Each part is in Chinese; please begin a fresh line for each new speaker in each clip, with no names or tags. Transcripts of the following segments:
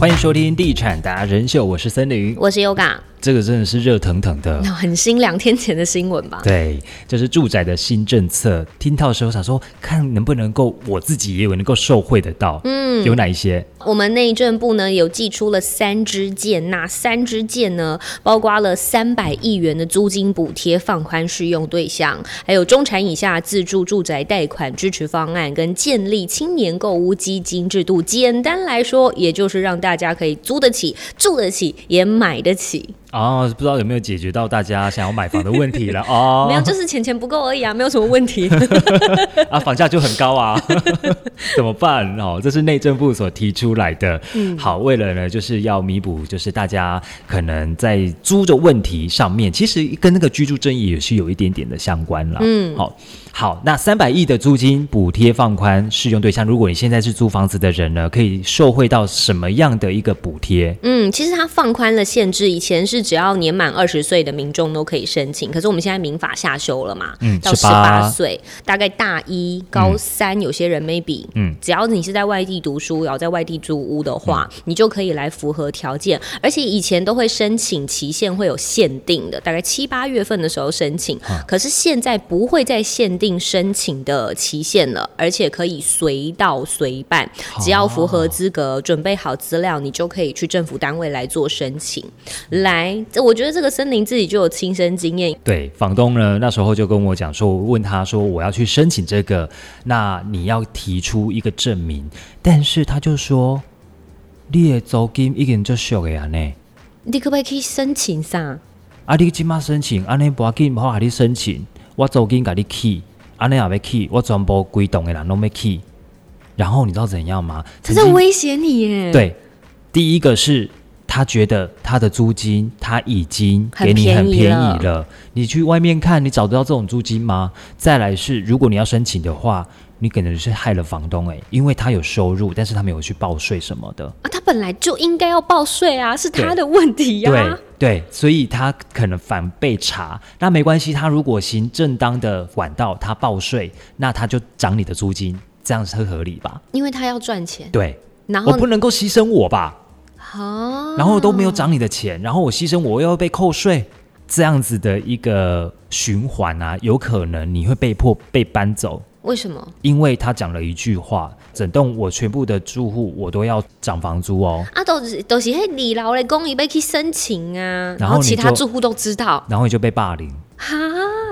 欢迎收听《地产达人秀》，我是森林。
我是 Yoga，
这个真的是热腾腾的
那，很新两天前的新闻吧？
对，这是住宅的新政策。听到的时候想说，看能不能够我自己也有能够受惠得到，嗯，有哪一些？
我们内政部呢有寄出了三支箭，那三支箭呢包括了三百亿元的租金补贴放宽适用对象，还有中产以下自住住宅贷款支持方案，跟建立青年购屋基金制度。简单来说，也就是让大家可以租得起、住得起，也买得起。
哦，不知道有没有解决到大家想要买房的问题了哦？
没有，就是钱钱不够而已啊，没有什么问题。
啊，房价就很高啊，怎么办？哦，这是内政部所提出来的。好，为了呢，就是要弥补，就是大家可能在租的问题上面，其实跟那个居住正义也是有一点点的相关啦。嗯，好、好，那三百亿的租金补贴放宽适用对象，如果你现在是租房子的人呢，可以受惠到什么样的一个补贴？
嗯，其实它放宽了限制，以前是只要年满二十岁的民众都可以申请，可是我们现在民法下修了嘛，
嗯
到十
18
八岁，大概大一、高三，有些人 maybe，
嗯
只要你是在外地读书，然后在外地租屋的话，你就可以来符合条件，而且以前都会申请期限会有限定的，大概七八月份的时候申请，可是现在不会再限定申请的期限了，而且可以随到随办，只要符合资格，准备好资料，你就可以去政府单位来做申请。来，这我觉得这个森林自己就有亲身经验，
对，房东呢那时候就跟我讲说，我问他说我要去申请这个，那你要提出一个证明，但是他就说，你的租金已经就俗的啊呢，
你可不可以去申请上？
啊你即马申请，安尼无要紧，我给你申请，我租金给你起，安尼也要起，我全部规栋的人拢要起，然后你知道怎样吗？
他
曾
在
经
威胁你耶，，
对，第一个是他觉得他的租金他已经给你很
很
便
便宜
宜
了
了，你去外面看，你找得到这种租金吗？再来是，如果你要申请的话，你可能是害了房东诶、欸因为他有收入，但是他没有去报税什么的。
啊，他本来就应该要报税啊，是他
对
的问题呀、
对对，所以他可能反被查，那没关系，他如果行正当的管道，他报税，那他就涨你的租金，这样是合理吧？
因为他要赚钱，
对，
然
我
后
不能够牺牲我吧？
啊，
然后都没有涨你的钱，然后我牺牲我又要被扣税，这样子的一个循环啊，有可能你会被迫被搬走，
为什么？
因为他讲了一句话，整栋我全部的住户我都要涨房租哦，
啊，都是都是迄李老嘞，公伊要去申请啊，
然
然
后
后
你
其他
就
住户都知道。
然后你就被霸凌，
哈，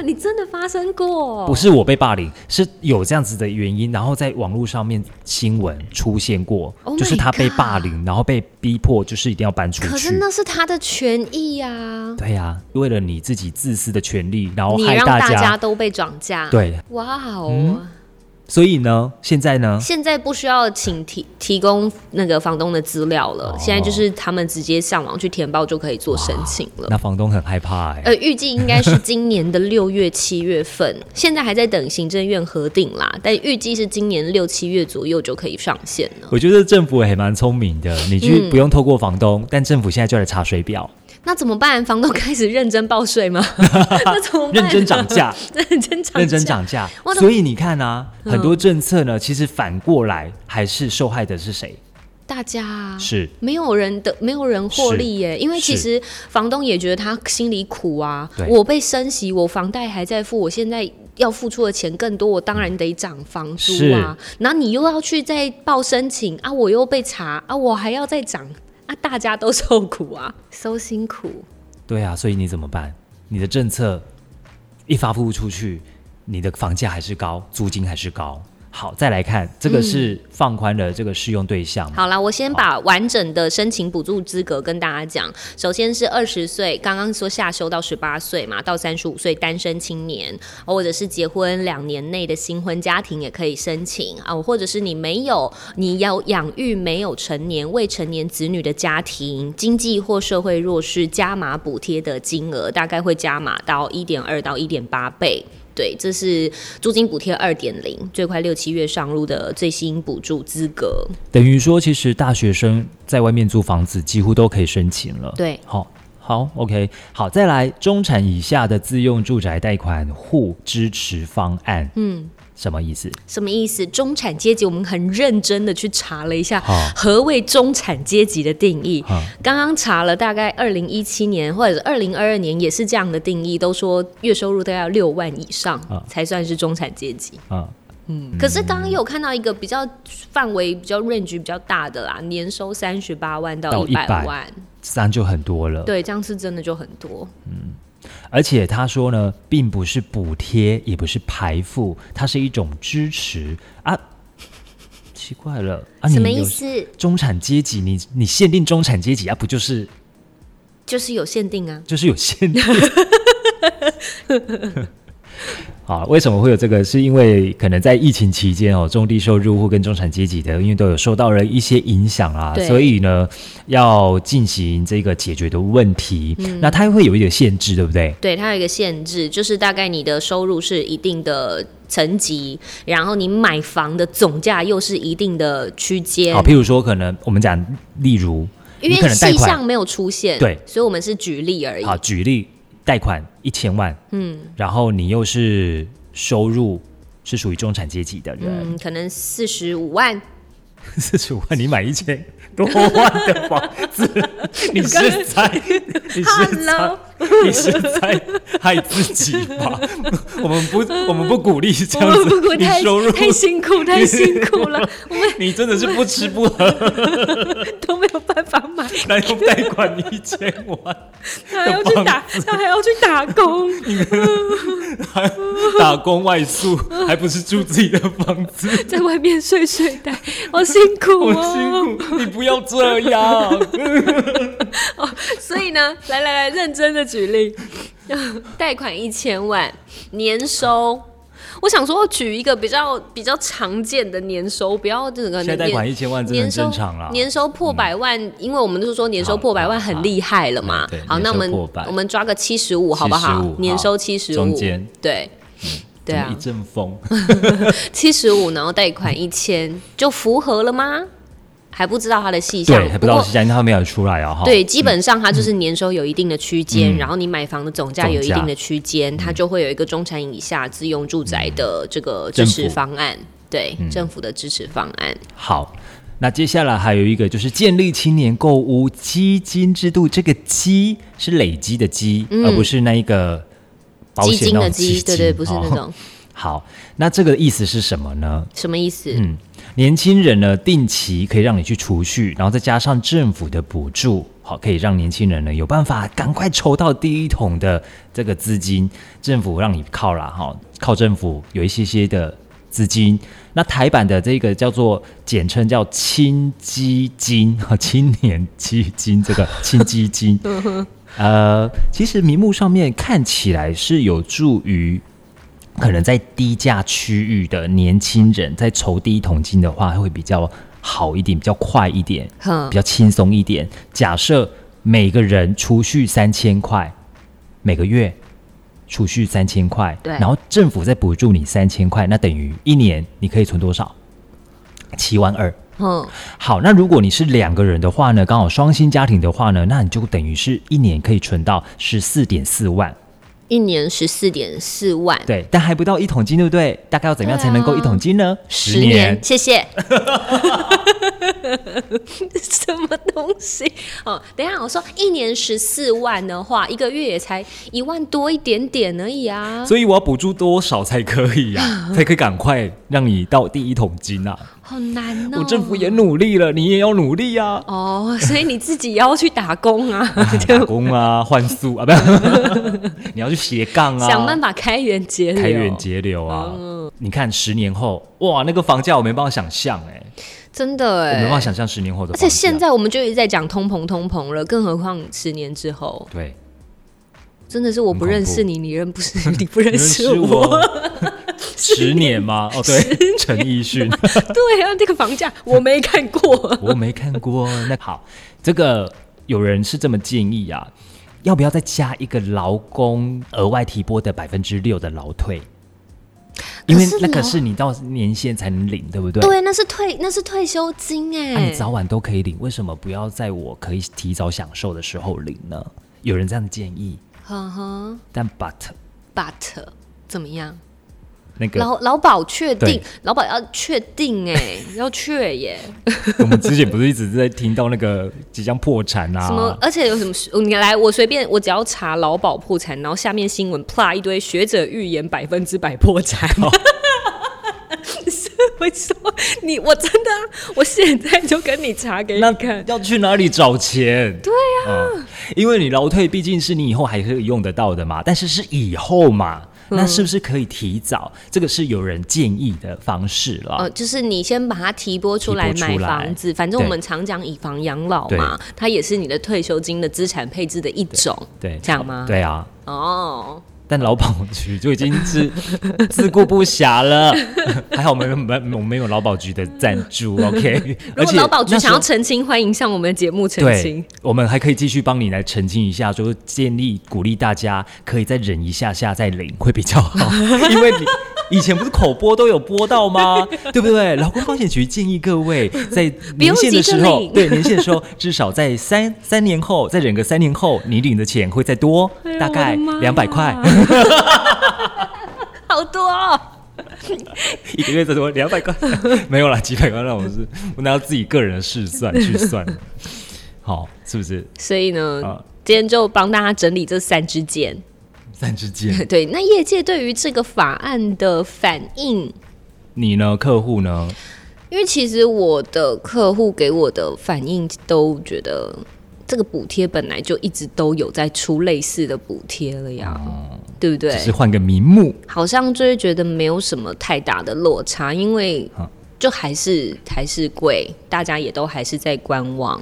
你真的发生过？
不是我被霸凌，是有这样子的原因，然后在网络上面新闻出现过
Oh
就是
my
他被
God
霸凌，然后被逼迫就是一定要搬出去。
可是那是他的权益呀、啊，
对呀、为了你自己自私的权利，然后
你
哦害
让
大
大
家
家都被涨价。，
对，嗯
哇哦。
所以呢，现在呢，
现在不需要请提提供那个房东的资料了，
哦
现在就是他们直接上网去填报就可以做申请了。
那房东很害怕哎、
呃，预计应该是今年的六月、七月份，现在还在等行政院核定啦，但预计是今年六七月左右就可以上线了。
我觉得政府还蛮聪明的，你
嗯
去不用透过房东，但政府现在就来查水表，
那怎么办？房东开始认真报税吗？ 那怎么办？
认真涨，价，
认真涨，
认真。涨价。
我嗯的
所以你看啊，很多政策呢，其实反过来还是受害的是谁？
大家啊
是
没有人的，没有人获利耶，因为
是
其实房东也觉得他心里苦啊
对。
我被升息，我房贷还在付，我现在。要付出的钱更多，我当然得涨房租啊。然后你又要去再报申请啊，我又被查啊，我还要再涨啊，大家都受苦啊，so 辛苦。
对啊，所以你怎么办？你的政策一发布出去，你的房价还是高，租金还是高。好，再来看这个是放宽了这个适用对象嘛，
嗯好啦，我先把完整的申请补助资格跟大家讲。首先是二十岁，刚刚说下修到十八岁嘛，到三十五岁单身青年，哦或者是结婚两年内的新婚家庭也可以申请啊，或者是你没有你要养育没有成年未成年子女的家庭，经济或社会弱势加码补贴的金额大概会加码到一点二到一点八倍。对，这是租金补贴二点零，最快六七月上路的最新补助资格。
等于说其实大学生在外面租房子几乎都可以申请了。
对，
好、好，OK，好，再来中产以下的自用住宅贷款户支持方案。
嗯，
什么意思？
什么意思？中产阶级，我们很认真的去查了一下
好，
何谓中产阶级的定义
好。
刚刚查了，大概二零一七年或者二零二二年也是这样的定义，都说月收入都要六万以上
啊
才算是中产阶级。
啊、
可是刚刚有看到一个比较范围比较 range 比较大的啦，年收三十八万
到
到一
100
百万，
三就很多了。
对，这样是真的就很多。
而且他说呢，并不是补贴，也不是排富，它是一种支持啊。奇怪了啊，你
什么意
有
思？
中产阶级，你你限定中产阶级啊，不就是
就是有限定啊。
就是有限 定？啊，为什么会有这个？是因为可能在疫情期间哦，中低收入户跟中产阶级的，因为都有受到了一些影响啊，
对
所以呢，要进行这个解决的问题，
嗯
那它会有一点限制，对不对？
对，它有一个限制，就是大概你的收入是一定的层级，然后你买房的总价又是一定的区间
好，。譬如说，可能我们讲，例如，
因
你可
为
能贷
细
款
项没有出现，
对
所以我们是举例而已。
好，举例贷款一千万，嗯，然后你又是收入是属于中产阶级的人，
嗯，可能四十五万，
四十五万你买一千多万的房子，你是在 你是在
Hello
你是在害自己吧？我们不我们不鼓励这样
我不
子，
过
你
太
收入
太 辛苦，太辛苦了，我们
你真的是不吃不喝，
都没有办法买，
那又贷款一千万。
他还要去打，他还要去打工，
还打工外宿，还不是住自己的房子，
在外面睡睡袋，好辛苦
好
哦。
辛苦！你不要这样。
所以呢，来来来，认真的举例， 贷款一千万，年收。我想说，举一个比较比较常见的年收，不要这个
现在贷款
年
一千万真的
年
很
收
正常啦。
年收破百万，因为我们就是说年收破百万很厉害了
好
嘛
好好嗯对。
好，那我
年
们
收破百
我们抓个七十五好不好
75？
年收
好
七十五，
中间
对。
怎
对
么
啊
一，阵风，
七十五，然后贷款一千，就符合了吗？还不知道它的细项，
对，还不知
过
道是这样，因为他没有出来哦。哈，嗯
对，基本上它就是年收有一定的区间，然后你买房的总价
总
有一
价
定的区间，它就会有一个中产以下自用住宅
嗯
的这个支
政
持
府
方案。对，政府的支持方案，
好。那接下来还有一个就是建立青年购物基金制度，这个“基”是累积的“积”，而不是那一个保
嗯基
险
金
那
的
种基
基，
金，
对对，不是那
哦。
种
好，那这个意思是什么呢？
什么意思？
嗯，年轻人呢，定期可以让你去储蓄，然后再加上政府的补助，好，可以让年轻人呢有办法赶快筹到第一桶的这个资金，政府让你靠啦，哈，靠政府有一些些的资金。那台版的这个叫做简称叫青基金 哈，青年基金这个青基金，呃，其实名目上面看起来是有助于可能在低价区域的年轻人，在筹第一桶金的话，会比较好一点，比较快一点，
哼
比，较轻松一点。假设每个人储蓄三千块，每个月储蓄三千块，
对
然后政府再补助你三千块，那等于一年你可以存多少？七万二。
哼，
好，那如果你是两个人的话呢，刚好双薪家庭的话呢，那你就等于是一年可以存到十四点四万。
一年十四点四万，
对，但还不到一桶金，对不对？大概要怎么样才能够一桶金呢？
十年，谢谢。 什么东西？哦，等一下，我说一年十四万的话，一个月也才一万多一点点而已啊。
所以我要补助多少才可以呀、 才可以赶快让你到第一桶金啊！
好难哦！
我政府也努力了，你也要努力 啊！
哦，所以你自己也要去打 工啊，
打
就
工 啊，换宿啊，不是， 你要去斜杠啊，
想办法嗯开源节流。
开源节流啊！你看十年后，哇，那个房价我没办法想象哎、
真的
我没办
哎
法。想象十年后的
而
房价。
且现在我们就一直在讲通膨通膨了，更何况十年之后，
对，
真的是我不认识你，你认不识 你不认识
你认识
我。
十年吗？哦，对，陈奕迅。
对啊，这个房价我没看过。
我没看过。那好，这个有人是这么建议啊，要不要再加一个劳工额外提拨的百分之六的劳退？因为
可是
那个
劳
是你到年限才能领， 对不对？
对，那是退那是退休金哎、
那、你早晚都可以领，为什么不要在我可以提早享受的时候领呢？有人这样建议，
呵呵
但 but
，but 怎么样？
那个
劳劳保确定
对，
劳保要确定哎、要确耶，
我们之前不是一直在听到那个即将破产
什么
啊？
而且有什么？呃你来，我随便，我只要查劳保破产，然后下面新闻啪一堆学者预言百分之百破产。
哦
是会说你我真的啊、我现在就跟你查给你
那啊
看。
要去哪里找钱？对呀、因为你劳退毕竟是你以后还可以用得到的嘛，但是是以后嘛，
嗯
那是不是可以提早？这个是有人建议的方式了。
呃，就是你先把它提拨出来
提拨
买
出来
房子，反正我
对
们常讲以房养老嘛，它也是你的退休金的资产配置的一种，
对，
这样吗？
对啊，
哦，
但劳保局就已经是自 顾不暇了， 还好我们没我们没有劳保局的赞助，OK。
如
而
果
且
劳保局
那时
想
候
要澄清，欢迎上我们的节目澄清
对。，我们还可以继续帮你来澄清一下，就是建议鼓励大家可以再忍一下下再领会比较 好，因为你以前不是口播都有播到 吗？对不对？劳工保险局建议各位在年限的时
不用急着
候
领，
对年限的时候，至少在 三三年后再忍个三年后，你领的钱会再多，
哎呦
大概
我的
两
妈
百块，
好多、哦，
一个月再多两百块， 没有啦，几百块那我是我拿自己个人的试算去算，好，是不是
所以呢，
啊
今天就帮大家整理这三支箭。
三之间？
对，那业界对于这个法案的反应，
你呢？客户呢？
因为其实我的客户给我的反应都觉得。这个补贴本来就一直都有在出类似的补贴了呀，对不对
啊嗯只？是换个名目。
好像就会觉得没有什么太大的落差，因为
啊
就还是还是贵，大家也都还是在观望。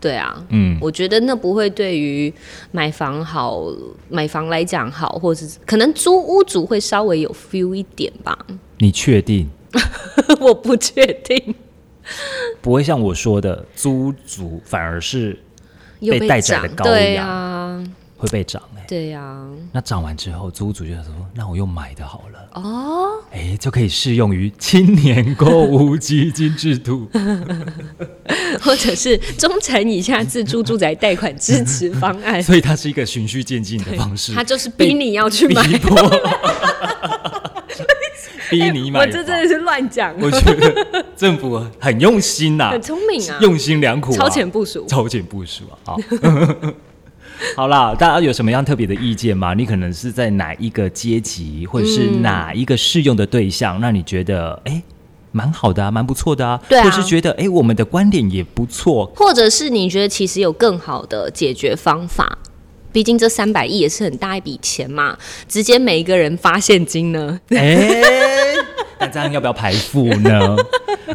对啊，
嗯，
我觉得那不会对于买房好，买房来讲好，或者是可能租屋主会稍微有 feel 一点吧，
你确定
我不确定
不会像我说的租族反而是
又
被带宰
涨
的，羔
对
羊
啊，
会被涨哎、
对啊，
那涨完之后，租主就想说：“那我用买的好了。”哦，哎，就可以适用于青年购物基金制 度。，
或者是中产以下自住住宅贷款支持方案
所以它是一个循序渐进的方式，
他就是逼你要去
逼
买，
迫， 逼你 买
哎
房。
我这真的是乱讲，
我觉得政府很用心呐、
很聪明啊，
用心良苦、啊，
超前部署。
超前部署啊！好， 好啦，大家有什么样特别的意见吗？你可能是在哪一个阶级，或者
嗯
是哪一个适用的对象，让你觉得哎，诶蛮好的啊，蛮不错的啊，
对啊
或是觉得哎，诶我们的观点也不错。
或者是你觉得其实有更好的解决方法？毕竟这三百亿也是很大一笔钱嘛，直接每一个人发现金呢？
哎，那这样要不要排富呢？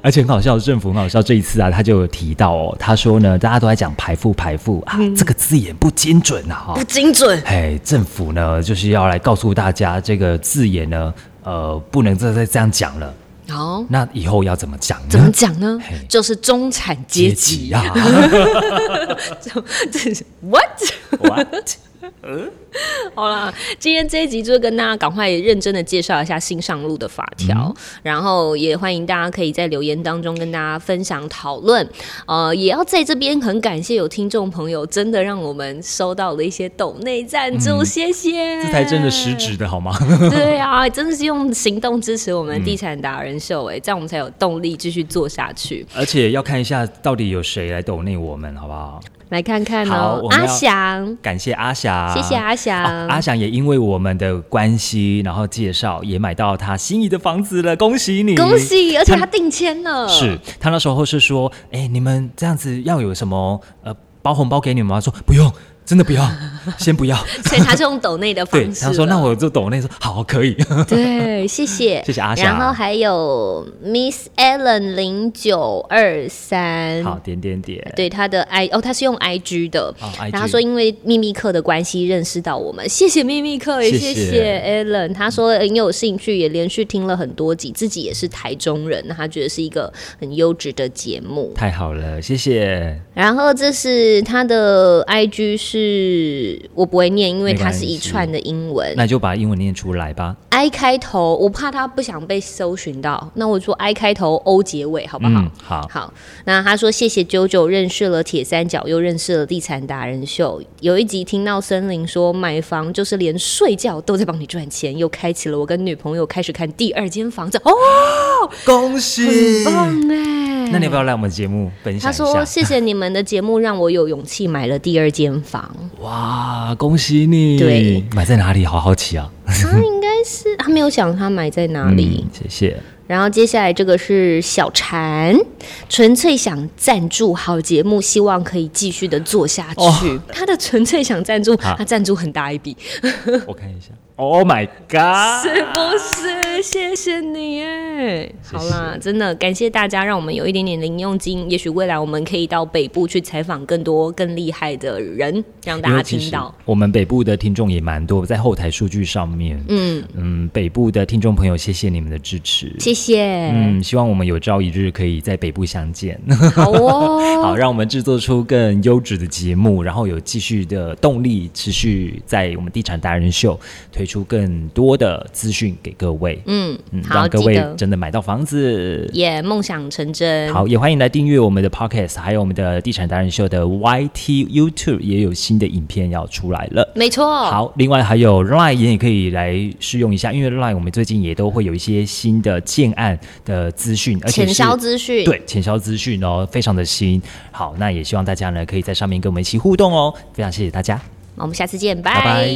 而且很好笑，政府很好笑。这一次啊，他就有提到哦，他说呢，大家都在讲排富排富啊，
嗯
这个字眼不精准啊，哈
不精准，
哎，政府呢就是要来告诉大家，这个字眼呢，呃，不能再再这样讲了。
哦，
那以后要怎么讲呢？
怎么讲呢
嘿？
就是中产阶
阶
级
级啊
这是 What？
？What？
好啦，今天这一集就跟大家赶快认真的介绍一下新上路的法条，
嗯
然后也欢迎大家可以在留言当中跟大家分享讨论。呃，也要在这边很感谢有听众朋友，真的让我们收到了一些抖内赞助，谢谢。
嗯这才真的实质的好 吗？
对啊，真的是用行动支持我们
嗯
的地产达人秀哎、这样我们才有动力继续做下去。
而且要看一下到底有谁来抖内我们，好不好？
来看看
好
哦
我，们要嗯
阿翔，
感谢阿霞，
谢谢阿翔。
哦阿翔也因为我们的关系，然后介绍也买到他心仪的房子了，恭喜你！
恭喜！而且他定签了，
是他那时候是说，哎、你们这样子要有什么呃包红包给你们吗？说不用，真的不要，先不要。
所以他是用抖内的 方
对，
式。
他说那我就抖内说好可以，
对，谢谢，
谢谢阿霞
然后还有 Miss Allen 零九二三，
好点点点，
对他的 I 哦，他是用 IG 的。
哦
然后他说，
，IG
因为秘密课的关系认识到我们，谢谢秘密课，也
谢
谢
谢
谢 Alan。他说很有兴趣，也连续听了很多集，自己也是台中人，他觉得是一个很优质的节目。
太好了，谢谢。
然后这是他的 IG 是是我不会念，因为
没
它
关
是一
系
串的英文。
那就把英文念出来吧。
I 开头，我怕他不想被搜寻到，那我说 I 开头 O 结尾好不好？
嗯，好，
好，那他说谢谢啾啾，认识了铁三角，又认识了地产达人秀。有一集听到森林说买房就是连睡觉都在帮你赚钱，又开启了我跟女朋友开始看第二间房子，哦，
恭喜！
很棒哎、
那你要不要来我们节目分享一
他说
下？
谢谢你们的节目，让我有勇气买了第二间 房。
哇，恭喜你！
对，
买在哪里？好好奇啊！
他应该是他没有想他买在哪里。
嗯，谢谢。
然后接下来这个是小禅，纯粹想赞助好节目，希望可以继续的做下去。
哦
他的纯粹想赞助，
啊
他赞助很大一笔，
我看一下。Oh my god！
呃是不是？谢谢你耶！
谢
好啦，真的感谢大家，让我们有一点点零用金。也许未来我们可以到北部去采访更多更厉害的人，让大
因
家
为其
听
实
到。
我们北部的听众也蛮多，在后台数据上面，
嗯，
嗯，北部的听众朋友，谢谢你们的支持。
谢谢，
嗯，希望我们有朝一日可以在北部相见。
好哦，
好，让我们制作出更优质的节目，然后有继续的动力，持续在我们地产达人秀推出更多的资讯给各位，
嗯，
嗯，
好，
让各
记
位
得嗯
真的买到房子。
也梦想成真。
好，也欢迎来订阅我们的 Podcast，还有我们的地产达人秀的 YT YouTube 也有新的影片要出来了。
没错，
好，另外还有 Line 也可以来试用一下，因为 Line 我们最近也都会有一些新的建案的资讯，而且
浅
是
销资讯，
对浅销资讯哦，非常的新。好，那也希望大家呢可以在上面跟我们一起互动哦，非常谢谢大家。
那我们下次见，
拜
拜
拜